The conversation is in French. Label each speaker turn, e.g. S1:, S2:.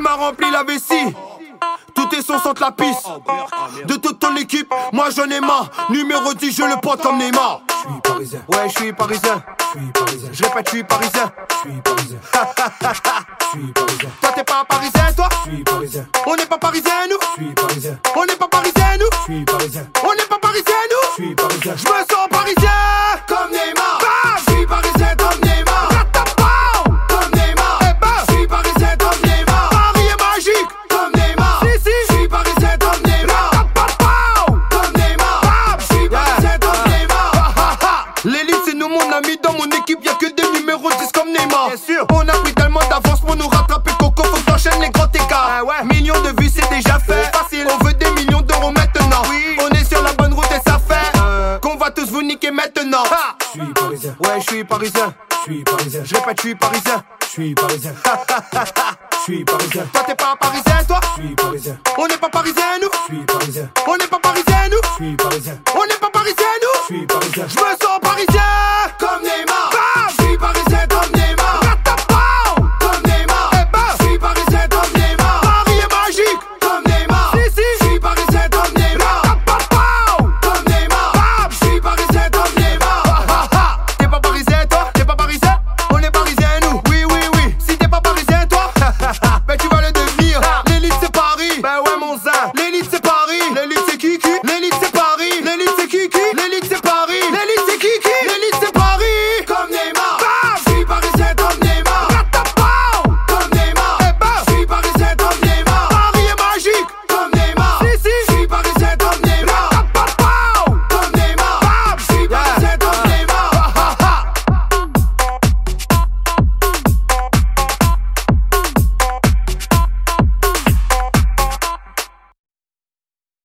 S1: m'a rempli la vessie. Tous tes sons sentent la pisse. De toute ton équipe, moi j'en ai marre. Numéro 10, je le porte comme Neymar.
S2: Je suis parisien,
S1: Ouais, je suis parisien.
S2: je suis parisien,
S1: Je répète, je suis parisien.
S2: je suis parisien, je suis parisien,
S1: Toi, t'es pas parisien, toi
S2: je suis parisien,
S1: On n'est pas parisien, nous
S2: je suis parisien,
S1: On n'est pas parisien, nous
S2: je suis parisien,
S1: On n'est pas parisien,
S2: je
S1: nous
S2: suis parisien,
S1: Je me sens parisien Comme Neymar Je suis parisien comme Neymar Comme Neymar Je suis parisien comme Neymar Eh ben! Paris est magique Comme Neymar Je suis parisien comme Neymar Comme Neymar Je suis parisien comme Neymar L'élite c'est nous mon ami Dans mon équipe y'a que des numéros 10 comme Neymar On a pris tellement d'avance pour nous rattraper Coco faut que t'enchaînes les grands écarts Millions de vues c'est déjà fait On veut des millions d'euros maintenant On est sur la bonne route et ça fait Qu'on va tous vous niquer maintenant
S2: je suis parisien,
S1: Ouais je suis parisien
S2: je suis parisien,
S1: Je répète je suis parisien
S2: je suis parisien, je suis parisien,
S1: Toi t'es pas parisien toi
S2: je suis parisien,
S1: On n'est pas parisien nous
S2: je suis parisien,
S1: On n'est pas parisien nous
S2: je suis parisien,
S1: On n'est pas parisien
S2: je
S1: nous
S2: suis parisien,
S1: Je me sens parisien Comme Neymar Je suis parisien Eh ben. Ah, Ah. Ben